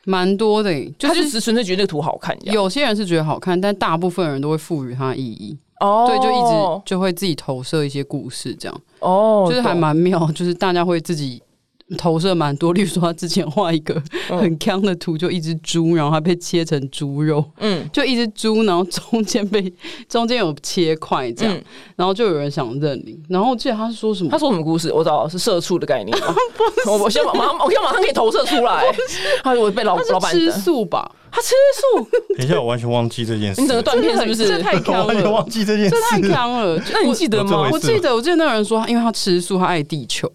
Speaker 3: 蛮多的欸、就
Speaker 1: 他就是只纯粹觉得那个图好看这样，
Speaker 3: 有些人是觉得好看，但大部分人都会赋予它意义，
Speaker 1: 哦
Speaker 3: 对，就一直就会自己投射一些故事，这样
Speaker 1: 哦，
Speaker 3: 就是还
Speaker 1: 懂
Speaker 3: 蛮妙，就是大家会自己。投射蛮多，例如说他之前画一个
Speaker 1: 嗯
Speaker 3: 很坑的图，就一只猪，然后它被切成猪肉，
Speaker 1: 嗯
Speaker 3: 就一只猪，然后中间被中间有切块这样，
Speaker 1: 嗯
Speaker 3: 然后就有人想认领，然后我记得他是说什么
Speaker 1: 他，说什么故事？我知道是社畜的概念 吗，我我先马上，我先马上可以投射出来。他我被老
Speaker 3: 他
Speaker 1: 老
Speaker 3: 是
Speaker 1: 板
Speaker 3: 吃
Speaker 1: 的，
Speaker 3: 素 吧？
Speaker 1: 他吃 素，
Speaker 4: 等一下，我完全忘记这件事，
Speaker 1: 你整个断片是不
Speaker 3: 这
Speaker 1: 是？
Speaker 3: 太坑
Speaker 4: 我完全
Speaker 3: 了
Speaker 4: 忘，记这件
Speaker 3: 这太
Speaker 4: 事了。
Speaker 3: 坑了，就
Speaker 1: 那你记得
Speaker 4: 我
Speaker 1: 吗
Speaker 4: 这？回
Speaker 3: 哦我记得，我记得那个人说，因为他吃素，他爱地 球，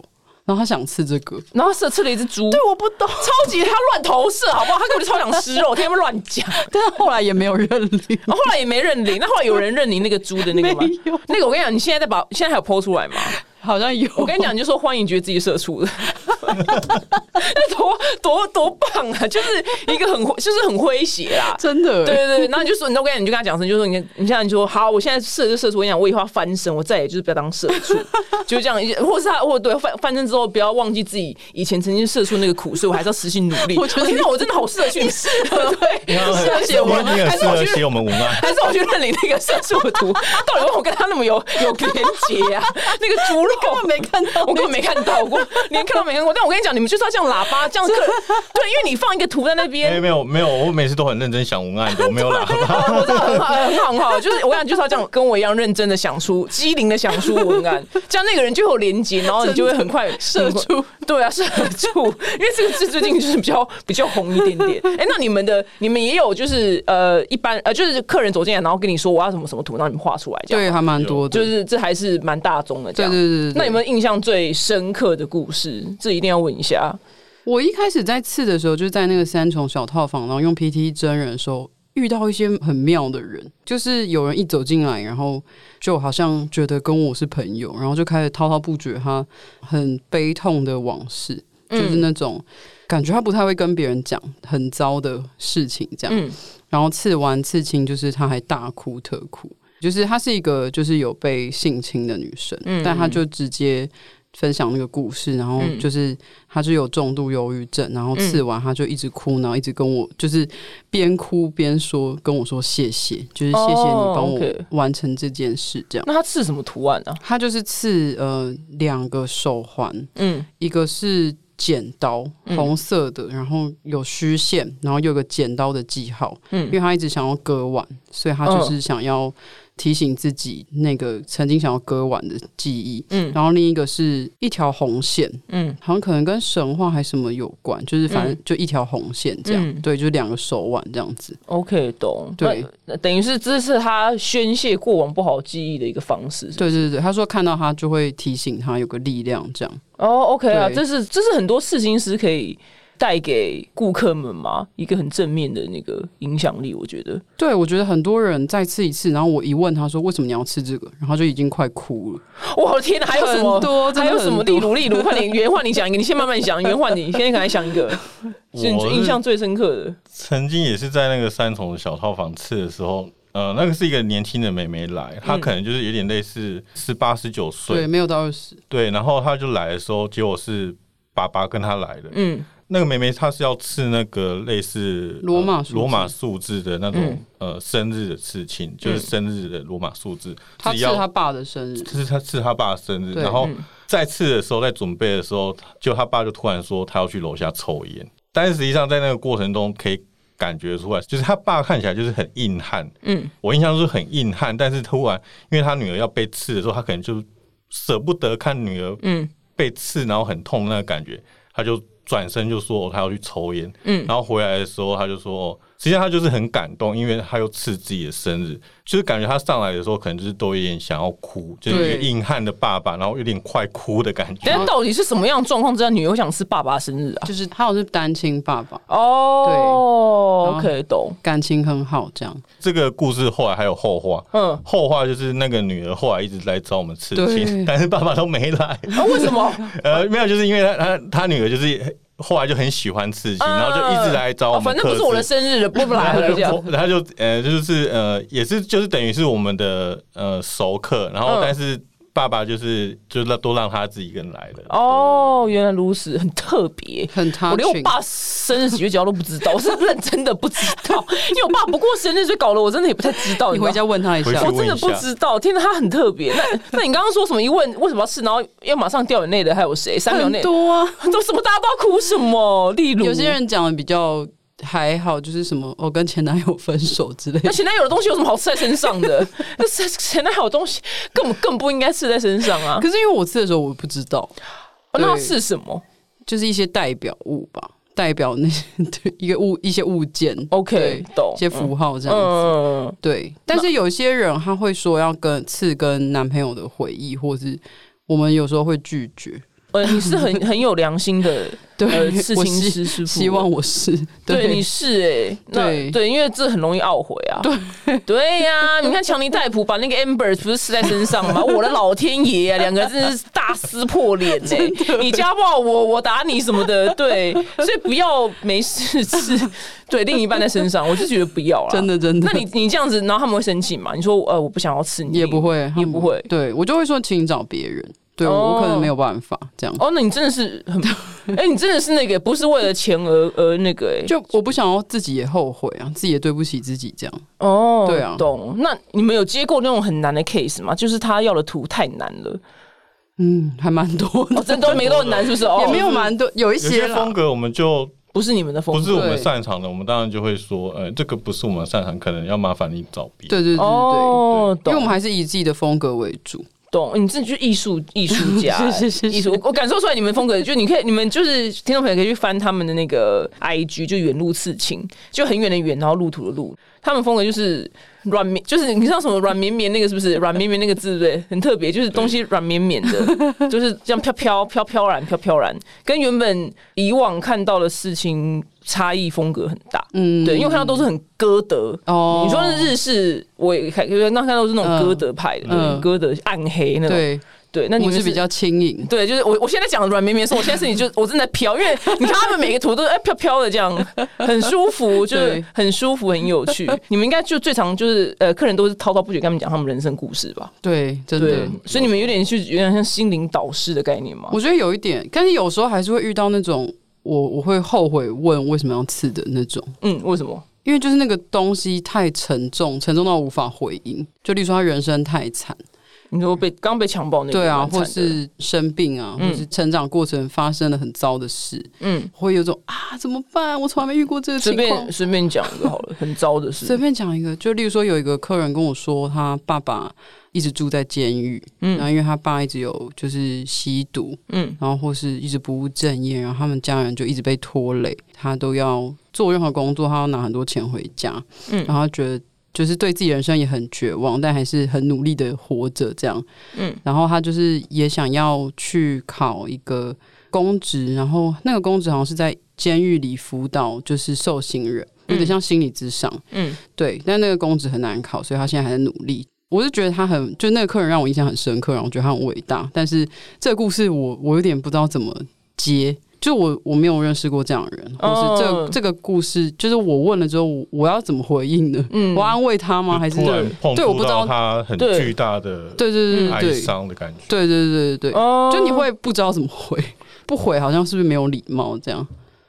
Speaker 3: 然后他想吃这个。
Speaker 1: 然后射吃了一只猪，
Speaker 3: 对，我不懂，
Speaker 1: 超级他乱投射，好不好？他根本就超想吃肉， 天天乱讲。
Speaker 3: 但是后来也没有认领。
Speaker 1: 然后后来也没认领，那后来有人认领那个猪的那个吗
Speaker 3: 没有？
Speaker 1: 那个我跟你讲，你现在再把现在还有剖出来吗？
Speaker 3: 好像有，
Speaker 1: 我跟你讲，你就说欢迎觉得自己社畜的，那多多多棒啊！就是一个很就是很诙谐啦。
Speaker 3: 真的，
Speaker 1: 对对对，然后你就说，你都跟你就跟他讲声，就说你你现在你说好，我现在社就社畜，我跟你讲，我以后要翻身，我再也就是不要当社畜，就这样，或是他或对翻翻身之后，不要忘记自己以前曾经社畜那个苦，所以我还是要持续努力。
Speaker 3: 我觉得
Speaker 1: 天哪，我真的好社畜，你适合对，
Speaker 4: 很
Speaker 1: 适合写文，
Speaker 4: 你很
Speaker 1: 还是
Speaker 4: 适
Speaker 1: 我
Speaker 4: 合
Speaker 1: 去
Speaker 4: 写我们 文案。
Speaker 1: 还是我去认领那个社畜的 图，到底为什么我跟他那么有有连结啊？那个猪肉
Speaker 3: 本没看到
Speaker 1: 我根本没看到过，连看都没看过。但我跟你讲，你们就是要这样喇叭，这样客人对，因为你放一个图在那
Speaker 4: 没有
Speaker 1: 边。哦
Speaker 4: 没有没有，我每次都很认真想文案的，我没有喇叭。
Speaker 1: 我知道很好，很好，很好，就是我跟你讲，就是要这样，跟我一样认真的想出机灵的想出文案，这样那个人就有连接，然后你就会很快
Speaker 3: 社畜
Speaker 1: 很快对啊，社畜，因为这个字最近就是比较比较红一点点。哎、那你们的你们也有就是呃，一般呃，就是客人走进来，然后跟你说我要什么什么图，然后你们画出来，这样
Speaker 3: 对，还蛮多的，
Speaker 1: 就是这还是蛮大众的这
Speaker 3: 对
Speaker 1: 样。
Speaker 3: 对对对对
Speaker 1: 那有没有印象最深刻的故事？这一定要问一下。
Speaker 3: 我一开始在刺的时候，就在那个三重小套房，然后用 PT 真人的时候，遇到一些很妙的人，就是有人一走进来，然后就好像觉得跟我是朋友，然后就开始滔滔不绝他很悲痛的往事，
Speaker 1: 嗯
Speaker 3: 就是那种感觉他不太会跟别人讲很糟的事情，这样。
Speaker 1: 嗯
Speaker 3: 然后刺完刺青，就是他还大哭特哭，就是她是一个就是有被性侵的女生，
Speaker 1: 嗯
Speaker 3: 但她就直接分享那个故事，然后
Speaker 1: 嗯
Speaker 3: 就是她就有重度忧郁症，然后刺完她就一直哭，然后一直跟我就是边哭边说跟我说谢谢，就是谢谢你
Speaker 1: 哦
Speaker 3: 帮我
Speaker 1: OK
Speaker 3: 完成这件事这样。
Speaker 1: 那他刺什么图案呢、啊？
Speaker 3: 她就是刺呃两个手环，
Speaker 1: 嗯，
Speaker 3: 一个是剪刀，
Speaker 1: 嗯
Speaker 3: 红色的，然后有虚线，然后又有个剪刀的记号。
Speaker 1: 嗯
Speaker 3: 因为他一直想要割腕，所以他就是想要提醒自己那个曾经想要割腕的记忆。
Speaker 1: 嗯
Speaker 3: 然后另一个是一条红线，
Speaker 1: 嗯
Speaker 3: 好像可能跟神话还什么有关，就是反正
Speaker 1: 嗯
Speaker 3: 就一条红线这样。
Speaker 1: 嗯
Speaker 3: 对，就两个手腕这样子。
Speaker 1: ，OK，懂。
Speaker 3: 对
Speaker 1: 那，那等于是这是他宣泄过往不好记忆的一个方式。
Speaker 3: 对对对对，他说看到他就会提醒他有个力量这样。
Speaker 1: 哦，OK 啊，
Speaker 3: 对
Speaker 1: 这是这是很多刺青师可以带给顾客们嘛，一个很正面的那个影响力，我觉得。
Speaker 3: 对，我觉得很多人再吃一次，然后我一问他说为什么你要吃这个，然后他就已经快哭了。
Speaker 1: 哇，我的天哪，还有什么
Speaker 3: 很？多，真
Speaker 1: 还
Speaker 3: 的
Speaker 1: 有什么？
Speaker 3: 很多
Speaker 1: 例如，例如，快点，原换你讲一个，你先慢慢想。原换你，现在赶快想一 个，是你
Speaker 4: 我
Speaker 1: 印
Speaker 4: 是
Speaker 1: 象最深刻的。
Speaker 4: 曾经也是在那个三重的小套房吃的时候，呃，那个是一个年轻的妹妹来，她可能就是有点类似十八十九
Speaker 3: 对，
Speaker 4: 岁，
Speaker 3: 没有到二十。
Speaker 4: 对，然后她就来的时候，结果是爸爸跟她来的。
Speaker 1: 嗯
Speaker 4: 那个妹妹她是要刺那个类似
Speaker 3: 罗马
Speaker 4: 呃
Speaker 3: 数字
Speaker 4: 罗马数字的那种呃生日的刺青，就是生日的罗马数字，
Speaker 3: 他
Speaker 4: 只
Speaker 3: 是
Speaker 4: 要
Speaker 3: 他爸的生日，
Speaker 4: 这是他刺他爸的生日，
Speaker 3: 对
Speaker 4: 然后
Speaker 1: 嗯
Speaker 4: 再刺的时候，在准备的时候，就他爸就突然说他要去楼下抽烟，但是实际上在那个过程中可以感觉出来，就是他爸看起来就是很硬汉，
Speaker 1: 嗯，
Speaker 4: 我印象中是很硬汉，但是突然因为他女儿要被刺的时候，他可能就舍不得看女儿
Speaker 1: 嗯
Speaker 4: 被刺，然后很痛那个感觉，他就转身就说哦他要去抽烟，
Speaker 1: 嗯，
Speaker 4: 然后回来的时候，他就说，哦，实际上他就是很感动，因为他又刺自己的生日，就是感觉他上来的时候，可能就是都有点想要哭，就是一个
Speaker 3: 对
Speaker 4: 硬汉的爸爸，然后有点快哭的感觉。
Speaker 1: 但到底是什么样的状况之下，女儿会想吃爸爸生日啊？
Speaker 3: 就是他好像是单亲爸爸，
Speaker 1: 哦
Speaker 3: 对
Speaker 1: ，OK，懂。
Speaker 3: 感情很好，这样。
Speaker 4: 这个故事后来还有后话，
Speaker 1: 嗯，
Speaker 4: 后话就是那个女儿后来一直来找我们刺
Speaker 3: 对
Speaker 4: 青，但是爸爸都没来。
Speaker 1: 啊，为什么？
Speaker 4: 呃，没有，就是因为他他他女儿就是后来就很喜欢刺青，
Speaker 1: 啊
Speaker 4: 然后就一直来找我
Speaker 1: 哦
Speaker 4: 们、
Speaker 1: 反正不是我的生日了，不不来了这
Speaker 4: 然
Speaker 1: 样
Speaker 4: 后。就然后就呃，就是呃，也是就是等于是我们的呃熟客，然后
Speaker 1: 嗯
Speaker 4: 但是爸爸就是就让都让他自己一个人来的。
Speaker 1: 哦，原来如此，很特别。
Speaker 3: 很 touching
Speaker 1: 我连我爸生日几月几号都不知道，我是认真的不知道，因为我爸不过生日，所以搞得我真的也不太知道。
Speaker 3: 你
Speaker 1: 知道
Speaker 3: 回家问他一
Speaker 4: 回
Speaker 3: 下
Speaker 4: 去
Speaker 1: 我，真的不知道，天哪，他很特别。那那你刚刚说什么？一问为什么要吃，然后要马上掉眼泪的还有谁？三秒内
Speaker 3: 很多啊。
Speaker 1: 都什么？大家都要哭什么？例如
Speaker 3: 有些，人讲的比较还好，就是什么我、哦跟前男友分手之类
Speaker 1: 那
Speaker 3: 的。
Speaker 1: 前男友的东西有什么好吃在身上的？ 那前前男友的东西根本更不应该吃在身上啊！
Speaker 3: 可是因为我吃的时候我不知道，
Speaker 1: 哦那
Speaker 3: 对
Speaker 1: 是什么
Speaker 3: 就是一些代表物吧，代表那些 对一个物一些物件
Speaker 1: ？OK，
Speaker 3: 对
Speaker 1: 懂
Speaker 3: 一。些符号这样子。
Speaker 1: 嗯，
Speaker 3: 对，但是有些人他会说要跟刺跟男朋友的回忆，或是我们有时候会拒绝。
Speaker 1: 呃，你是 很很有良心的，
Speaker 3: 对，
Speaker 1: 呃，刺
Speaker 3: 我
Speaker 1: 青
Speaker 3: 希
Speaker 1: 师师傅，
Speaker 3: 希望我是
Speaker 1: 对你是哎、那
Speaker 3: 对
Speaker 1: 对，因为这很容易懊悔啊。对对呀、你看强尼戴普把那个 Amber 不是刺在身上吗？我的老天爷啊，两个人真是大撕破脸哎、你家暴我，我打你什么的，对，所以不要没事刺对另一半在身上，我是觉得不要啦。
Speaker 3: 真的真的
Speaker 1: 啊 那你你这样子，然后他们会生气嘛？你说呃，我不想要刺你，
Speaker 3: 也不会，
Speaker 1: 也
Speaker 3: 他们
Speaker 1: 不会。
Speaker 3: 对我就会说，请你找别人。对、
Speaker 1: 哦
Speaker 3: 我可能没有办法这样，
Speaker 1: 哦，那你真的是很， 哎、你真的是那个不是为了钱而而那个哎、
Speaker 3: 就我不想要自己也后悔啊，自己也对不起自己这样。
Speaker 1: 哦，
Speaker 3: 对啊
Speaker 1: 懂。那你们有接过那种很难的 case 吗？就是他要的图太难了，
Speaker 3: 嗯，还蛮多的，
Speaker 1: 哦，真的每个都很难，是不是？哦，
Speaker 3: 也没有蛮多，有一
Speaker 4: 有些
Speaker 3: 些啦
Speaker 4: 风。格我们就
Speaker 1: 不是你们的风
Speaker 4: 不
Speaker 1: 格，
Speaker 4: 是我们
Speaker 3: 对
Speaker 4: 擅长的，我们当然就会说，呃，这个不是我们擅长，可能要麻烦你找别人。
Speaker 3: 对对对对对，
Speaker 1: 哦，
Speaker 3: 因
Speaker 1: 懂，
Speaker 3: 为我们还是以自己的风格为主。
Speaker 1: 懂，你这就是艺术艺术家，
Speaker 3: 是是是
Speaker 1: 艺术。我我感受出来你们风格，就你可以，你们就是听众朋友可以去翻他们的那个 IG，就远路刺青，就很远的远，然后路途的路，他们风格就是软绵，就是你知道什么软绵绵那个是不是？软绵绵那个字对不对，很特别，就是东西软绵绵 的，就是这样飘飘飘飘然飘飘然，跟原本以往看到的事情差异风格很大。
Speaker 3: 嗯，
Speaker 1: 对，因为我看到都是很歌德，
Speaker 3: 哦，
Speaker 1: 你说是日式，我也看，因为那看到是那种
Speaker 3: 嗯
Speaker 1: 歌德派的，
Speaker 3: 嗯
Speaker 1: 歌德暗黑那种。
Speaker 3: 对，
Speaker 1: 对，那你
Speaker 3: 我
Speaker 1: 们
Speaker 3: 是比较轻盈，
Speaker 1: 对，就是我我现在讲的软绵绵说，我现在是你就我正在飘，因为你看他们每个图都是哎飘飘的这样，很舒服，就是
Speaker 3: 对
Speaker 1: 很舒服，很有趣。你们应该就最常就是呃，客人都是滔滔不绝跟他们讲他们人生故事吧？
Speaker 3: 对，真
Speaker 1: 对
Speaker 3: 的。，
Speaker 1: 所以你们有点是有点像心灵导师的概念嘛？
Speaker 3: 我觉得有一点，但是有时候还是会遇到那种我我会后悔问为什么要刺的那种，
Speaker 1: 嗯，为什么？
Speaker 3: 因为就是那个东西太沉重，沉重到无法回应。就例如说他人生太惨，
Speaker 1: 你说被刚被强暴那个
Speaker 3: 对啊，
Speaker 1: 蛮惨
Speaker 3: 或
Speaker 1: 的
Speaker 3: 是生病啊，
Speaker 1: 嗯
Speaker 3: 或是成长过程发生了很糟的事，
Speaker 1: 嗯，
Speaker 3: 会有种啊怎么办？我从来没遇过这个
Speaker 1: 随
Speaker 3: 情况
Speaker 1: 便。随便讲一个好了，很糟的
Speaker 3: 随
Speaker 1: 事。
Speaker 3: 便讲一个，就例如说有一个客人跟我说，他爸爸一直住在监狱，然
Speaker 1: 嗯
Speaker 3: 后因为他爸一直有就是吸毒，
Speaker 1: 嗯
Speaker 3: 然后或是一直不务正业，然后他们家人就一直被拖累，他都要做任何工作，他要拿很多钱回家，
Speaker 1: 嗯
Speaker 3: 然后他觉得就是对自己人生也很绝望，但还是很努力的活着这样，
Speaker 1: 嗯，
Speaker 3: 然后他就是也想要去考一个公职，然后那个公职好像是在监狱里辅导，就是受刑人，有点像心理咨商，
Speaker 1: 嗯
Speaker 3: 对，但那个公职很难考，所以他现在还在努力。我是觉得他很，就那个客人让我印象很深刻，然后我觉得他很伟大。但是这个故事我我有点不知道怎么接，就我我没有认识过这样的人，或是这、
Speaker 1: 哦
Speaker 3: 这个故事，就是我问了之后，我我要怎么回应呢？
Speaker 1: 嗯
Speaker 3: 我安慰他吗？还是
Speaker 4: 突然碰
Speaker 3: 对我
Speaker 4: 触
Speaker 3: 不知道
Speaker 4: 到他很
Speaker 1: 对
Speaker 4: 巨大的
Speaker 3: 对对对
Speaker 4: 哀
Speaker 3: 对对
Speaker 4: 伤的感觉。
Speaker 3: 对对对对对，
Speaker 1: 哦
Speaker 3: 就你会不知道怎么回，不回好像是不是没有礼貌这样？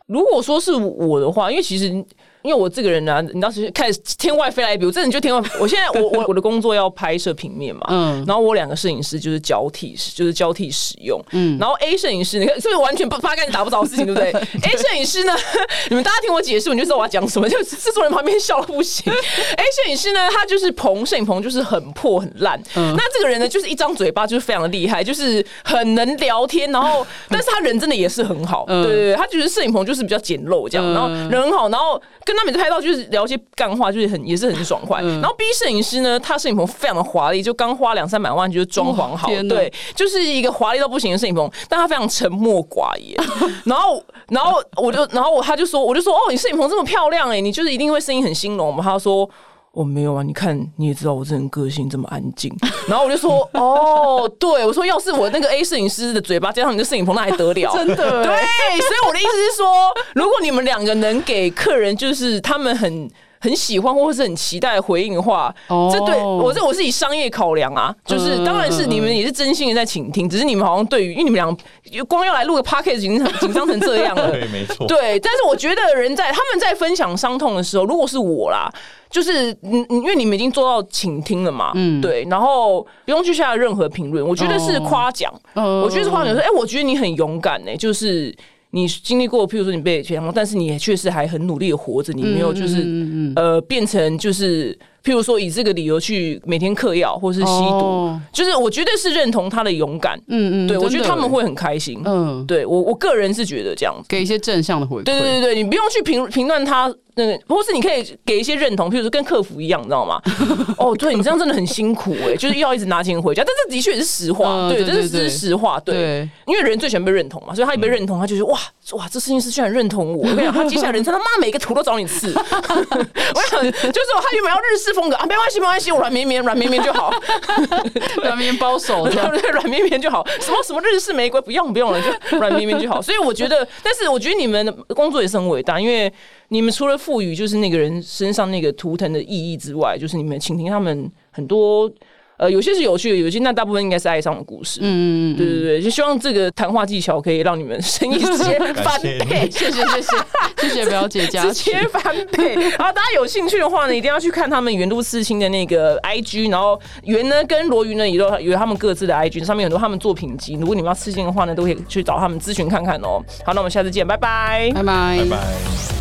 Speaker 1: 如果说是我的话，因为其实因为我这个人啊，你当时看天外飞来一笔，我真的就天外。我现在我我我的工作要拍摄平面嘛，
Speaker 3: 嗯
Speaker 1: 然后我两个摄影师就是交替使，就是交替使用。
Speaker 3: 嗯，
Speaker 1: 然后 A 摄影师，你看是不是完全不八竿子打不着的事情，对不 对？A 摄影师呢， 你们大家听我解释，你就知道我要讲什么。就制作人旁边笑到不 行。A 摄影师呢，他就是棚，摄影棚就是很破很烂。
Speaker 3: 嗯
Speaker 1: 那这个人呢，就是一张嘴巴就是非常的厉害，就是很能聊天，然 后但是他人真的也是很好，
Speaker 3: 嗯
Speaker 1: 对对对，他就是摄影棚就是比较简陋这样，
Speaker 3: 嗯
Speaker 1: 然后人很好，然后跟他每次拍到就是聊一些干话，就是很也是很爽快。
Speaker 3: 嗯
Speaker 1: 然后 B 摄影师呢，他摄影棚非常的华丽，就刚花两三百万就是装潢好，
Speaker 3: 哇天哪
Speaker 1: 对，就是一个华丽到不行的摄影棚，但他非常沉默寡言。 然后，然后我就，然后我他就说，我就说，哦，你摄影棚这么漂亮哎、你就是一定会声音很兴隆嘛。他说。我、没有啊，你看你也知道我这人个性这么安 静，然后我就说哦，对我说要是我那个 A 摄影师的嘴巴加上你的摄影棚，那还得了？
Speaker 3: 真的
Speaker 1: 对，所以我的意思是说，如果你们两个能给客人就是他们很很喜欢或是很期待的回应的话，
Speaker 3: 哦
Speaker 1: 这对我这我是以商业考量啊，就是
Speaker 3: 嗯
Speaker 1: 当然是你们
Speaker 3: 嗯嗯
Speaker 1: 也是真心的在倾听，只是你们好像对于因为你们俩光要来录个 podcast 已经很紧张成这样了，
Speaker 4: 对，没错。
Speaker 1: 对，但是我觉得人在他们在分享伤痛的时候，如果是我啦，就是嗯，因为你们已经做到倾听了嘛，嗯，
Speaker 3: 嗯
Speaker 1: 对，然后不用去下任何评论，我觉得是
Speaker 3: 哦
Speaker 1: 夸奖，
Speaker 3: 嗯
Speaker 1: 我觉得是夸奖说，哎、我觉得你很勇敢呢、就是。你经历过，譬如说你被强暴，但是你也确实还很努力的活着，你没有就是、
Speaker 3: 嗯嗯嗯
Speaker 1: 呃变成就是，譬如说以这个理由去每天嗑药或是吸毒，
Speaker 3: 哦
Speaker 1: 就是我觉得是认同他的勇敢，
Speaker 3: 嗯嗯，
Speaker 1: 对我觉得
Speaker 3: 真的
Speaker 1: 他们会很开心，
Speaker 3: 嗯，
Speaker 1: 对我我个人是觉得这样子。
Speaker 3: 给一些正向的回馈，
Speaker 1: 对对对对，你不用去评评论他那个，或是你可以给一些认同，譬如说跟客服一样，你知道 吗？哦，对你这样真的很辛苦哎、就是要一直拿钱回家，但这的确也是实话，
Speaker 3: 嗯
Speaker 1: 对，
Speaker 3: 对
Speaker 1: 这是
Speaker 3: 对
Speaker 1: 这是实话，对。
Speaker 3: 对
Speaker 1: 因为人最喜欢被认同嘛，所以他一被认同，他就觉得哇哇，这摄影师居然认同我。我 跟你讲，他接下来人生他妈每个图都找你刺。我想就是我，他原本要日式风格啊，没关系没关系，我软绵绵软绵绵就好。
Speaker 3: 软绵包 手这样。
Speaker 1: 对对， 软绵绵就好。什么什么日式玫瑰，不用不用了， 就软绵绵就好。所以我觉得，但是我觉得你们的工作也是很伟大，因为你们除了赋予就是那个人身上那个图腾的意义之外，就是你们倾听他们很多，呃，有些是有趣的，有些那大部分应该是哀伤的故事。
Speaker 3: 嗯，
Speaker 1: 对对对，就希望这个谈话技巧可以让你们生意直 接翻倍。
Speaker 3: 谢谢谢谢谢谢表姐加
Speaker 1: 直
Speaker 3: 持
Speaker 1: 接翻倍。然后大家有兴趣的话呢，一定要去看他们圆都刺青的那个 IG，然后圆呢跟罗云呢也都有他们各自的 IG，上面有很多他们作品集。如果你们要刺青的话呢，都可以去找他们咨询看看哦。好，那我们下次见，拜拜
Speaker 3: 拜拜
Speaker 4: 拜拜。